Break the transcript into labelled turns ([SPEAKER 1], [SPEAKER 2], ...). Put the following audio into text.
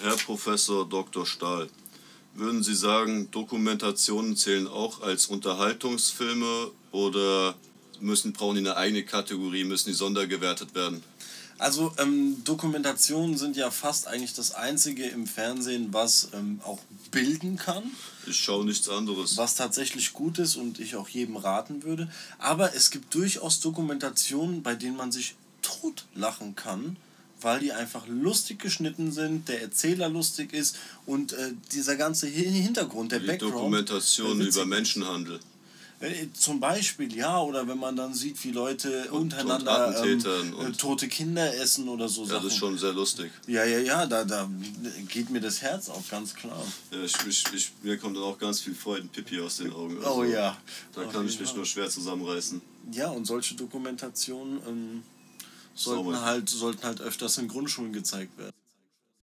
[SPEAKER 1] Herr Professor Dr. Stahl, würden Sie sagen, Dokumentationen zählen auch als Unterhaltungsfilme oder müssen, brauchen die eine eigene Kategorie, müssen die sondergewertet werden?
[SPEAKER 2] Also ähm, Dokumentationen sind ja fast eigentlich das Einzige im Fernsehen, was ähm, auch bilden kann,
[SPEAKER 1] Ich schaue nichts anderes.
[SPEAKER 2] was tatsächlich gut ist und ich auch jedem raten würde. Aber es gibt durchaus Dokumentationen, bei denen man sich totlachen kann, weil die einfach lustig geschnitten sind, der Erzähler lustig ist und äh, dieser ganze Hi- Hintergrund, der
[SPEAKER 1] Die
[SPEAKER 2] Background.
[SPEAKER 1] Dokumentation
[SPEAKER 2] äh, witzig
[SPEAKER 1] über Menschenhandel.
[SPEAKER 2] äh, Zum Beispiel, ja, oder wenn man dann sieht, wie Leute untereinander
[SPEAKER 1] und Attentätern
[SPEAKER 2] ähm, äh,
[SPEAKER 1] und-
[SPEAKER 2] tote Kinder essen oder so
[SPEAKER 1] Ja, das
[SPEAKER 2] Sachen.
[SPEAKER 1] ist schon sehr lustig.
[SPEAKER 2] ja, ja, ja, da, da geht mir das Herz auf, ganz klar.
[SPEAKER 1] Ja, ich, ich, ich, mir kommt dann auch ganz viel Freudenpipi aus den Augen.
[SPEAKER 2] Oh
[SPEAKER 1] Also,
[SPEAKER 2] ja.
[SPEAKER 1] Da
[SPEAKER 2] Auf
[SPEAKER 1] kann ich
[SPEAKER 2] jeden
[SPEAKER 1] mich
[SPEAKER 2] Fall.
[SPEAKER 1] nur schwer zusammenreißen.
[SPEAKER 2] Ja, und solche Dokumentationen ähm, sollten,
[SPEAKER 1] Sauber.
[SPEAKER 2] halt, sollten halt öfters in Grundschulen gezeigt werden.